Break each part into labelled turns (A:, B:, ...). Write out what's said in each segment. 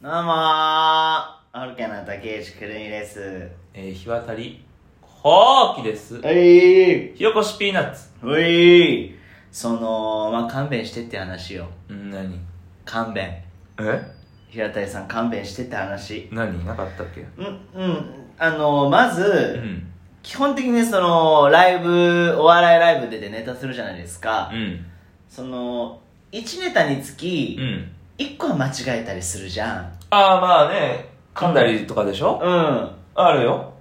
A: どうもーオルカの竹内くるみです
B: えー、日渡り、ほうきです。
A: はい
B: ひよこしピーナッツ。
A: ういそのまあ勘弁してって話よ
B: ん何
A: 勘弁
B: え
A: 平田井さん勘弁してって話
B: 何なかったっけ
A: うんうんあのま
B: う
A: ず、
B: ん。
A: 基本的にそのライブお笑いライブ出てネタするじゃないですか、
B: うん。
A: その1ネタにつき
B: うん。
A: 1個は間違えたりするじゃん
B: ああ、まあね、噛んだりとかでしょ
A: うん
B: あるよ。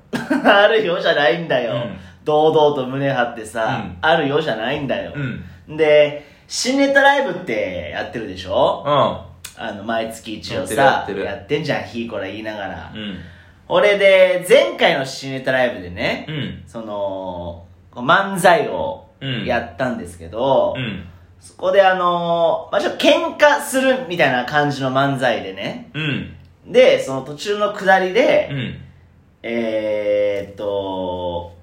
A: あるよじゃないんだよ、
B: うん
A: 堂々と胸張ってさ、
B: うん
A: あるよじゃないんだよ
B: うん。う、ん。
A: で新ネタライブってやってるでしょあの毎月一応さ
B: やってるやってる
A: んじゃんひいこら言いながら、
B: うん。
A: 俺で前回の新ネタライブでね、
B: うん。
A: その漫才を
B: うん
A: やったんですけど、
B: うん。
A: そこであのまあ、ちょっと喧嘩するみたいな感じの漫才でね
B: うん。
A: でその途中の下りで、
B: うん。
A: えー、っと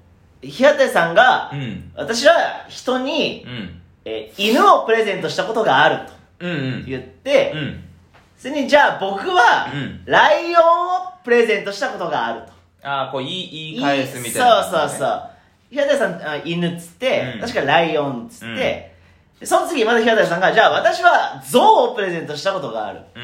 A: 平手さんが、
B: うん。
A: 私は人に、
B: うん。
A: えー犬をプレゼントしたことがあると
B: うん。うん。
A: 言って、
B: うん。
A: それにじゃあ僕は、
B: うん
A: ライオンをプレゼントしたことがあると。
B: ああ、こう、言い、言い返すみたいな、
A: そうそうそう。平田さん、あ犬っつって、
B: うん
A: 確かライオンっつって、
B: うん
A: でその次また平田さんが、じゃあ私は象をプレゼントしたことがある。
B: う。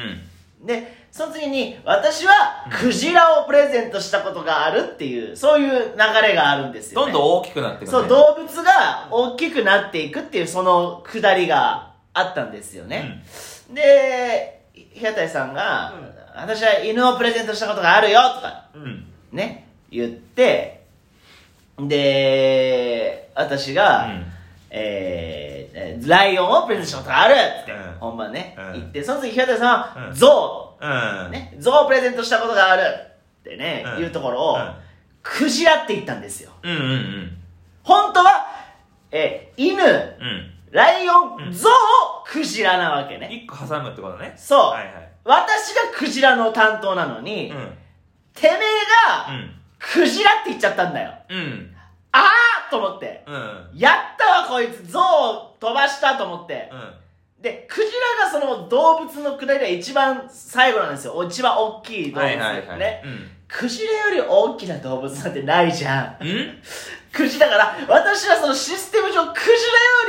B: うん。
A: で、その次に、私はクジラをプレゼントしたことがあるっていう、そういう流れがあるんですよ、
B: ど
A: ね。
B: んどん
A: ん
B: 大きくなってくる、ね。
A: そう、動物が大きくなっていくっていう、そのくだりがあったんですよね。で、平田さんが、私は犬をプレゼントしたことがあるよとか、
B: うん。うん。
A: ね、言って、で、私が、
B: うん
A: えーえーライオンをプレゼントしたことがあるって、
B: うん
A: 本番ね、
B: うん
A: 言って、その次平田さんは、
B: うん
A: ゾ
B: う
A: ウ、
B: ん。。
A: ね、ゾウをプレゼントしたことがあるってね、
B: うん
A: 言うところを、
B: うん
A: クジラって言ったんですよ。
B: うんうんうん。
A: 本当は、えー犬、
B: うん。
A: ライオン、
B: うん
A: ゾウ、クジラなわけね。
B: 一個挟むってことね。
A: そう
B: はいはい。
A: 私がクジラの担当なのに、
B: う
A: てめえが、
B: ん。
A: クジラって言っちゃったんだよ。
B: うん。うん。
A: あーと思って。
B: うん。
A: やったわこいつ、象を飛ばしたと思って。
B: う
A: で、クジラがその動物のくだりが一番最後なんですよ。一番大きい
B: ん。
A: 動物、
B: はいはいはい。
A: ね。クジラより大きな動物なんてないじゃん。
B: うん。ん
A: クジラから、私はそのシステム上、クジ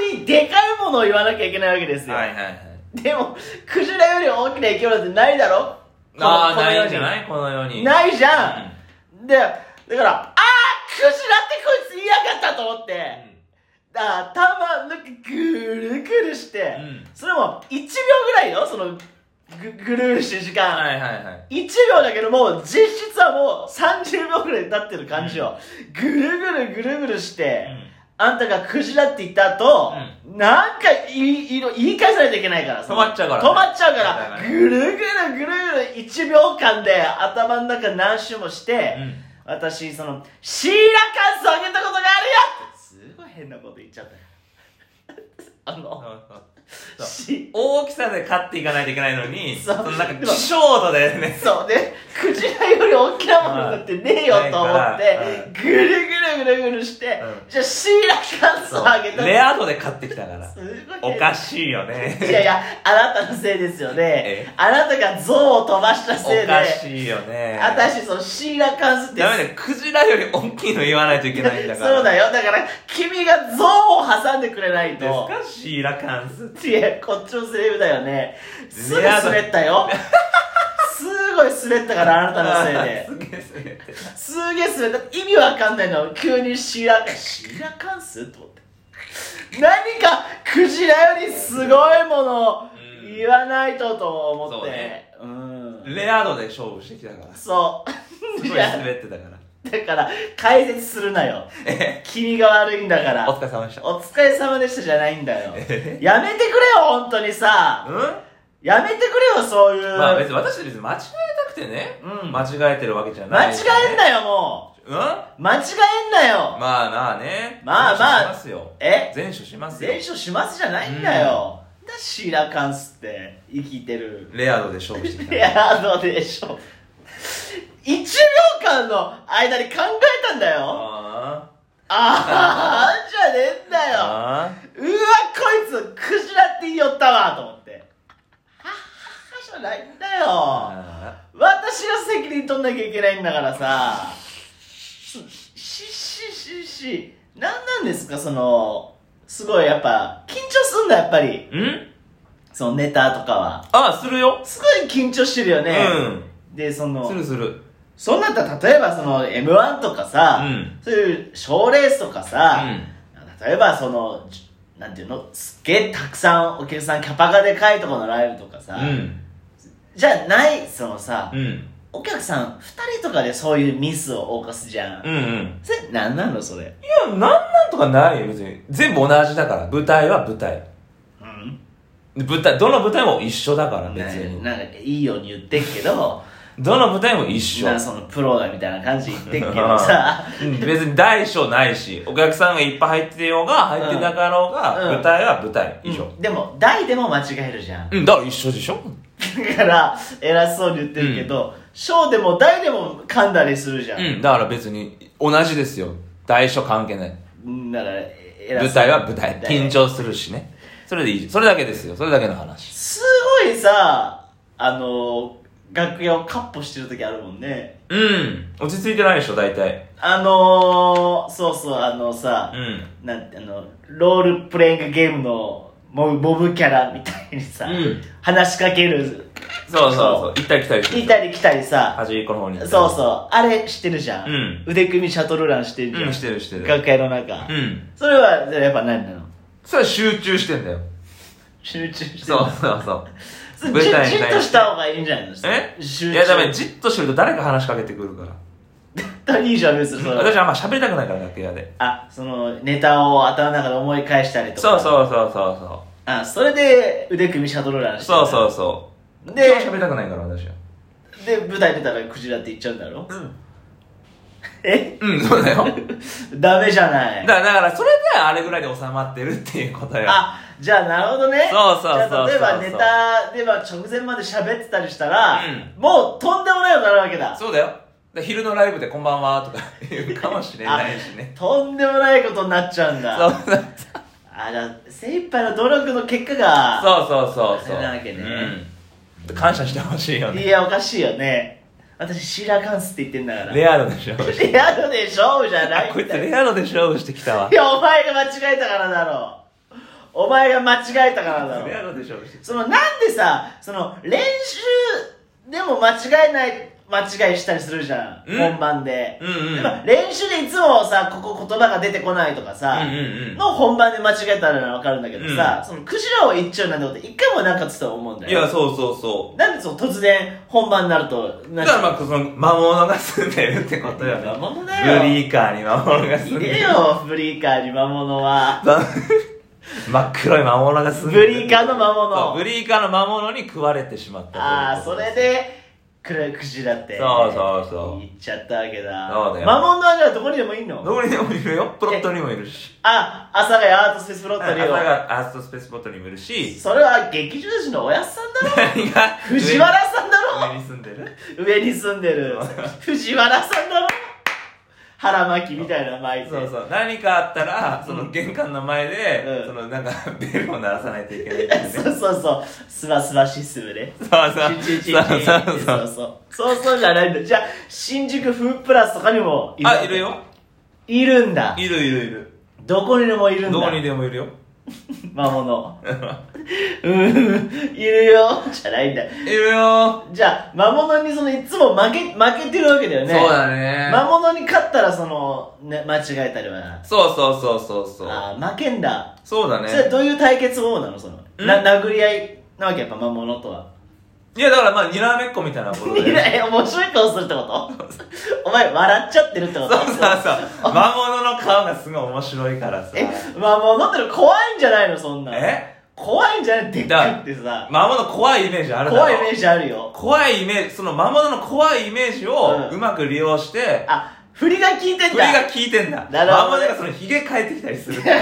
A: ラよりでかいものを言わなきゃいけないわけですよ。
B: はいはいはい。
A: でも、クジラより大きな生き物ってないだろ
B: ああ、
A: この
B: ないんじゃ
A: この世に
B: ないこのように。い
A: ないじゃん、で、だから、あークジラってこいつ言いやがったと思って、だから頭抜けぐるぐるして、
B: うん
A: それも1秒ぐらいよ、そのぐぐるぐるしてる時間。
B: はいはいはい。
A: 1秒だけどもう実質はもう30秒ぐらい経ってる感じを、ぐるぐるぐるぐるして、あんたがクジラって言った後、なんか言い言い言い返さないといけないから。その
B: 止まっちゃうからね
A: 止まっちゃうか
B: だから
A: ら、
B: ね
A: ぐるぐるぐるぐる1秒間で頭の中何周もして、
B: うん
A: 私、その、シーラカンスをあげたことがあるよすごい変なこと言っちゃった。あ
B: そう
A: の、
B: そうそう
A: し、
B: 大きさで勝っていかないといけないのに、
A: そ
B: そうのなん
A: で
B: か、
A: も
B: 希少度でね。
A: そうね、クジラより大きなものなんてねえよと思っ
B: はい
A: て、ぐるぐるぐるぐるして
B: う、ん
A: じゃあシーラカンスをあげた
B: レア度で勝ってきたから
A: す。ごい変
B: おかしいよね。
A: いやい や、あなたのせいですよね
B: え。
A: あなたが象を飛ばしたせい
B: お
A: で、
B: かしいよね。
A: 私、そのシーラカンスって、
B: ダメだよ。クジラより大きいの言わないといけないんだから。
A: そうだよ。だから、君が象を挟んでくれない
B: です
A: と、
B: かシーラカンスって。
A: いや、こっちのセリフだよね。すぐ
B: レアだ
A: 滑ったよ。すごい滑ったから、あなたのせいで。
B: すげえすげえ。
A: すげえ滑った。意味わかんないの。急にシーラ、シーラカンスと思って。何か、クジラよりすごいものを
B: うん
A: 言わないとと思っ
B: そう
A: て
B: ね。
A: うん。
B: レア度で勝負してきたから。す
A: そう。
B: ごい
A: いや、
B: 滑ってたから。
A: だから、解説するなよ。君が悪いんだか
B: お
A: ら。
B: 疲れ様でした。
A: お疲れ様でしたじゃないんだよ。やめてくれよ、本当にさ。
B: う
A: やめてくれよ、そういう。
B: んまあ別に私別に間違えたくてね、
A: うん
B: 間違えてるわけじゃな
A: 間
B: い、
A: 違えんなよ、も
B: うんま
A: う。間違えんな
B: あ
A: よ。
B: まあね。
A: まあまあ
B: 前処しますよ。
A: え
B: 前処しますよ。
A: 全書しますじゃないんだよ。だシーラカンスって、生きてる。
B: レア度で勝負してき
A: い
B: た。
A: や、どうでしょう。1秒間の間に考えたんだよ。
B: あ
A: あー、じゃねえんだ
B: ー
A: よ。
B: あ
A: うわこいつクジラって言いよったわと思ってはっはっはじゃないんだ
B: ー
A: よ
B: あ
A: 責任取んなきゃいけないんだからさしししししなんなんですかそのすごいやっぱ緊張すんだやっぱり
B: うん
A: そのネタとかは
B: ああ、するよ。
A: すごい緊張してるよね、でそ
B: うん。
A: の
B: するする。
A: そんなったら例えばその m 1とか
B: う
A: さ、
B: ん。
A: そういう賞レースとか
B: う
A: さ、
B: ん。
A: 例えばそのじなんていうのすっげえたくさんお客さんキャパがでかいところのライブとかさ、
B: うん。
A: じゃないそのさ、
B: うん。
A: お客さん2人とかでそういうミスを犯すじゃん、
B: うんうん。
A: それなんなのそれ
B: いや、なんなんとかないよ、別に。全部同じだから。舞台は舞台。
A: うん
B: 舞台、どの舞台も一緒だから、
A: な
B: 別に。
A: なんかいいように言ってっけど
B: どの舞台も一緒
A: な。んかそのプロだみたいな感じで言ってっけどさ
B: うん別に大小ないし、お客さんがいっぱい入ってようが、入ってなかろうが、
A: うん
B: 舞台は舞台。以上
A: う。んでも大でも間違えるじゃん
B: うん、だから一緒でしょ
A: だから偉そうに言ってるけど、小でも大でも噛んだりするじゃん、
B: うん、だから別に同じですよ。大小関係ない。
A: だから偉そう
B: 舞台は舞台。
A: だよ
B: 緊張するしね。それでいい。それだけですよ。それだけの話。
A: すごいさあの楽屋をカッポしてる時あるもんね
B: うん。落ち着いてないでしょ、大体。
A: あのー、そうそうあのさ
B: う、ん。
A: なんてあのロールプレイングゲームのモブモブキャラみたいにさ、
B: うん
A: 話しかける
B: そうそうそう。行ったり来たりする。
A: 行ったり来たりさ
B: 端っこの方に。
A: そうそうあれしてるじゃん、
B: うん
A: 腕組みシャトルランしてるじゃん、
B: うん、してるしてる。
A: 楽屋の中、
B: うん。
A: それはやっぱ何なの
B: それは集中してんだよ。
A: 集中して
B: そうそう そう。
A: じ
B: 舞台に
A: じっとした方がいいんじゃないの
B: え
A: 集中
B: いや、ダメ、じっとしてると誰か話しかけてくるから。
A: だいいじゃん別にそれ
B: 私あんま喋りたくないから、楽屋で。
A: あそのネタを頭の中で思い返したりと
B: そ
A: か
B: うそうそうそうそ
A: あそれで腕組みシャトルラン
B: う。
A: して
B: そうそうそう。
A: で
B: 今日喋りたくないから、私は。
A: で舞台出たらクジラって言っちゃうんだろ
B: うん。
A: え
B: うん、そうだよ。だ
A: ダメじゃない
B: だから、それであれぐらいで収まってるっていうことよ。
A: あじゃあなるほどね
B: そうそうそうそう
A: じゃあ例えばネタでは直前まで喋ってたりしたら、
B: う
A: もうとんでもないようになるわけだ
B: そうだよ。で昼のライブでこんばんはとか言うかもしれないし ね。
A: とんでもないことになっちゃうんだ
B: そうそう
A: あじゃあ精一杯の努力の結果が
B: そうそうそう。
A: それなわけね
B: うん。感謝してほしいよね。
A: いやおかしいよね私シーラカンスって言ってんだから
B: レア度でしょ。
A: レア度で勝負じゃない
B: あ
A: ん
B: こいつ
A: だよ
B: レア度で勝負してきたわ
A: い。やお前が間違えたからだろお前が間違えたからだろ
B: レア度で勝負してき
A: そのなんでさその練習でも間違えない間違いしたりするじゃん、
B: うん
A: 本番で
B: た。、うんうん。うんうん
A: やっぱ練習でいつもさここ言葉が出てこないとかさ、
B: うん。
A: の本番で間違えたらわかるんだけどさ、そのクジラを言っちゃうなんてこと一回もなかったと思うんだ
B: い
A: よ
B: や、そうそうそう。
A: なんでその突然本番になると
B: だ
A: だ
B: からまあ、その、魔物が住んでるってことよね。
A: 魔物だよ
B: ブリーカーに魔物が
A: い
B: 住んでる。
A: ねえよブリーカーに魔物は
B: だ真っ黒い魔物が住んでる。
A: ブリーカーの魔物
B: そうブリーカーの魔物に食われてしまったということ
A: ああそれ。でクラクジラって
B: そうそうそう
A: 言っちゃったわけだ
B: そうだよ
A: 魔物はじゃあどこにでもいんの
B: どこにでもいるよ。プロットにもいるし。
A: あ阿佐ヶ谷アートスペースプロットリ
B: 朝
A: オ
B: がアーストスペースポットにもいるし、
A: それは劇場主のおやっさん だろ
B: 何が
A: 藤原さんだ
B: 上
A: ろ
B: に住んでる
A: 上に住んでる藤原さんだろ腹巻きみたいな巻いて
B: そうそう。何かあったら、その玄関の前で、
A: うん
B: そのなんかベルを鳴らさないといけないっていうね。
A: そうそうそうすばすばシステムね
B: そうそう。
A: チンチンチンチン
B: そうそうそ。
A: そううそうそうそうじゃないんだじゃあ新宿風プラスとかにもわけ
B: あ、いるよ。
A: いるんだ
B: いるいるいる。
A: どこにでもいるんだ
B: どこにでもいるよ。
A: 魔物うんいるよじゃないんだ
B: いるよ
A: じゃあ魔物にそのいつも負け負けてるわけだよね
B: そうだね。
A: 魔物に勝ったらその、ね、間違えたりはな
B: そうそうそうそうそう。
A: あー負けんだ、
B: そうだ
A: それは
B: ね。
A: どういう対決方法なのその
B: うん
A: な殴り合いなわけやっぱ魔物とは
B: いや、だからまあ、にらめっこみたいなこと
A: い
B: で。
A: やいや面白い顔するってことお前笑っちゃってるってこ
B: そう
A: と
B: そうそう。 魔物の顔がすごい面白いからさ。
A: え魔物っての怖いんじゃないのそんなん
B: え
A: 怖いんじゃないでっかくってさ
B: 魔物怖いイメージあるだろ
A: 怖いイメージあるよ
B: 怖いイメージ、その魔物の怖いイメージを
A: うん
B: うまく利用して、
A: あ振りが効いてんだ
B: 振りが効いてんだ。
A: なるほど
B: 魔
A: ね
B: 物がそのヒゲ変えてきたり するから。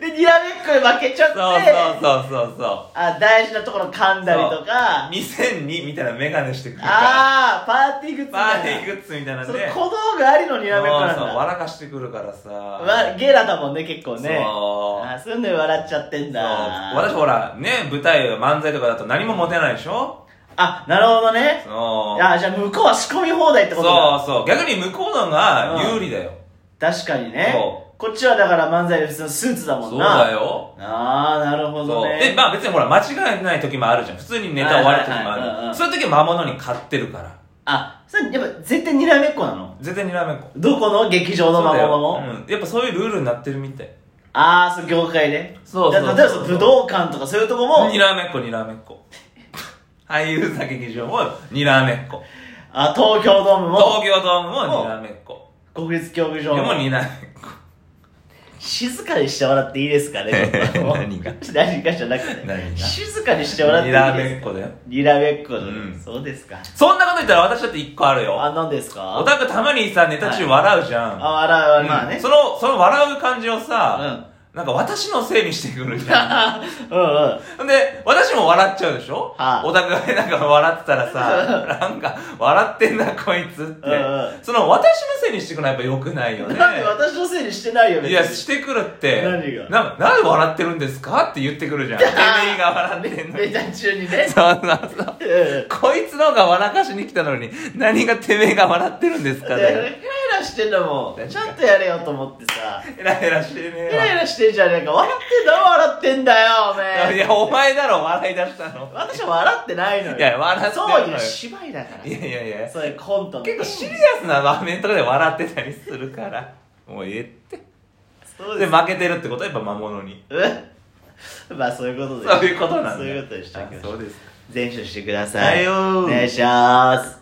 A: でにらめっこで負けちゃって
B: そうそうそうそうそ
A: あ大事なところ噛んだりと
B: う。
A: か
B: 2002みたいなメガネしてくるから。
A: ああパーティーグッズみ
B: パ
A: たい
B: ー
A: な
B: ティーグッズみたいなん
A: そ
B: で。
A: の小道具ありのにらめっこなん
B: そうそう
A: だ
B: 笑かしてくるからさ。
A: わゲラだもんね結構ね
B: そう
A: あそういうので笑っちゃってん
B: そう
A: だ
B: 私ほらね舞台漫才とかだと何も持てないでしょ
A: あなるほどね
B: そう
A: あじゃあ向こうは仕込み放題ってことだ
B: そうそう逆に向こうのが有利だよ、
A: 確かにね
B: そ
A: こっちはだから漫才で普通のスーツだも
B: そ
A: ん
B: う
A: な
B: だよ
A: ああなるほ
B: そ
A: ど
B: うで
A: ね
B: まあ別にほら間違えない時もあるじゃん普通にネタ終わる時も
A: はいはいはいうん
B: あ
A: うん
B: るそういう時は魔物に勝ってるから
A: あそれやっぱ絶対にらめっこなの
B: 絶対にらめっこ
A: どこの劇場の
B: そう
A: 魔
B: だ
A: 物
B: よ
A: も、
B: うん、やっぱそういうルールになってるみたい
A: ああそう業界で
B: そうそうそう
A: だから例えばその武道館とかそういうとこも
B: にらめっこにらめっ こ俳優座劇場もにらめっこ
A: あ東京ドームも
B: 東京ドームもにらめっこ
A: 国立競技
B: で
A: 場
B: も
A: も
B: にらめっこ
A: 静かにしてもらっていいですかねちょっと
B: 何が
A: 何がじゃなくて
B: 何が
A: 静かにしてもらって
B: に
A: い
B: ら
A: いで
B: め
A: す
B: っ
A: か
B: こだよ
A: にらめっこ、
B: うん
A: そうですか
B: そんなこと言ったら私だって一個あるよ
A: あ何ですか
B: オタクたまにさネタ中笑うじゃん、
A: あ笑うまあ
B: うん
A: ね
B: そのその笑う感じをさ、なんか私のせいにしてくるじゃん
A: うんうん
B: ほんで私も笑っちゃうでしょ、
A: はあ
B: お互いなんか笑ってたらさ なんか笑ってんなこいつって、
A: うんうん
B: その私のせいにしてくのはやっぱ良くないよね
A: なんで私のせいにしてないよ別
B: い
A: に
B: やしてくるって
A: 何が
B: なんかなんで笑ってるんですかって言って くるじゃんてめえが笑ってんの
A: ネ
B: に
A: タ中にね
B: そうそうそう
A: うん
B: こいつの方が笑かしに来たのに何がてめえが笑ってるんですか
A: ヘラ
B: ね
A: ヘラしてんだも
B: 確か
A: ん
B: に
A: ちゃんとやれよと思ってさ
B: ヘラヘラしてね
A: ヘ
B: え
A: ラ
B: わ
A: ヘラしてんじゃねえか笑ってんだ笑ってんだよおめえ
B: いや、お前だろ、笑い出した の。
A: 私は笑ってないのよ
B: いや笑ってんのよ
A: そういう芝居だから
B: いやいやいや、
A: そういうコントの
B: 結構シリアスな場面とかで笑ってたりするから。もうええって。
A: そう
B: で、
A: です
B: 負けてるってことはやっぱ魔物に。
A: うんまあそういうこと
B: そ
A: で
B: ういうことなんだ。
A: そういうことでしたけ
B: あそ
A: ど
B: うですか。
A: 全勝してくださ
B: はい
A: い
B: よー
A: お願いします